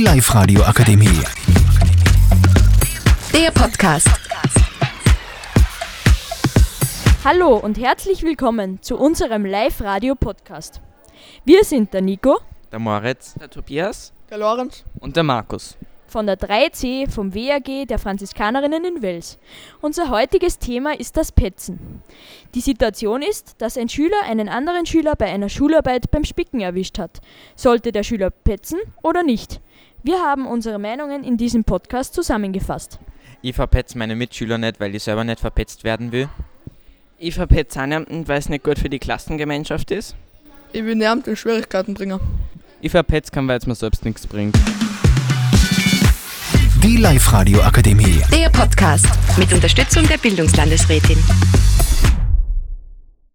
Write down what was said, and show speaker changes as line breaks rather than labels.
Live Radio Akademie.
Der Podcast.
Hallo und herzlich willkommen zu unserem Live-Radio-Podcast. Wir sind der Nico
der Moritz, der Tobias
Der Lorenz.
und der Markus.
von der 3C vom WAG der Franziskanerinnen in Wels. Unser heutiges Thema ist das Petzen. Die Situation ist, dass ein Schüler einen anderen Schüler bei einer Schularbeit beim Spicken erwischt hat. Sollte der Schüler petzen oder nicht? Wir haben unsere Meinungen in diesem Podcast zusammengefasst.
Ich verpetze meine Mitschüler nicht, weil ich selber nicht verpetzt werden will.
Ich verpetze auch niemanden, weil es nicht gut für die Klassengemeinschaft ist.
Ich bin nervt den Schwierigkeitenbringer.
Ich verpetz kann, weil es mir selbst nichts bringt.
Die Live Radio Akademie.
Der Podcast mit Unterstützung der Bildungslandesrätin.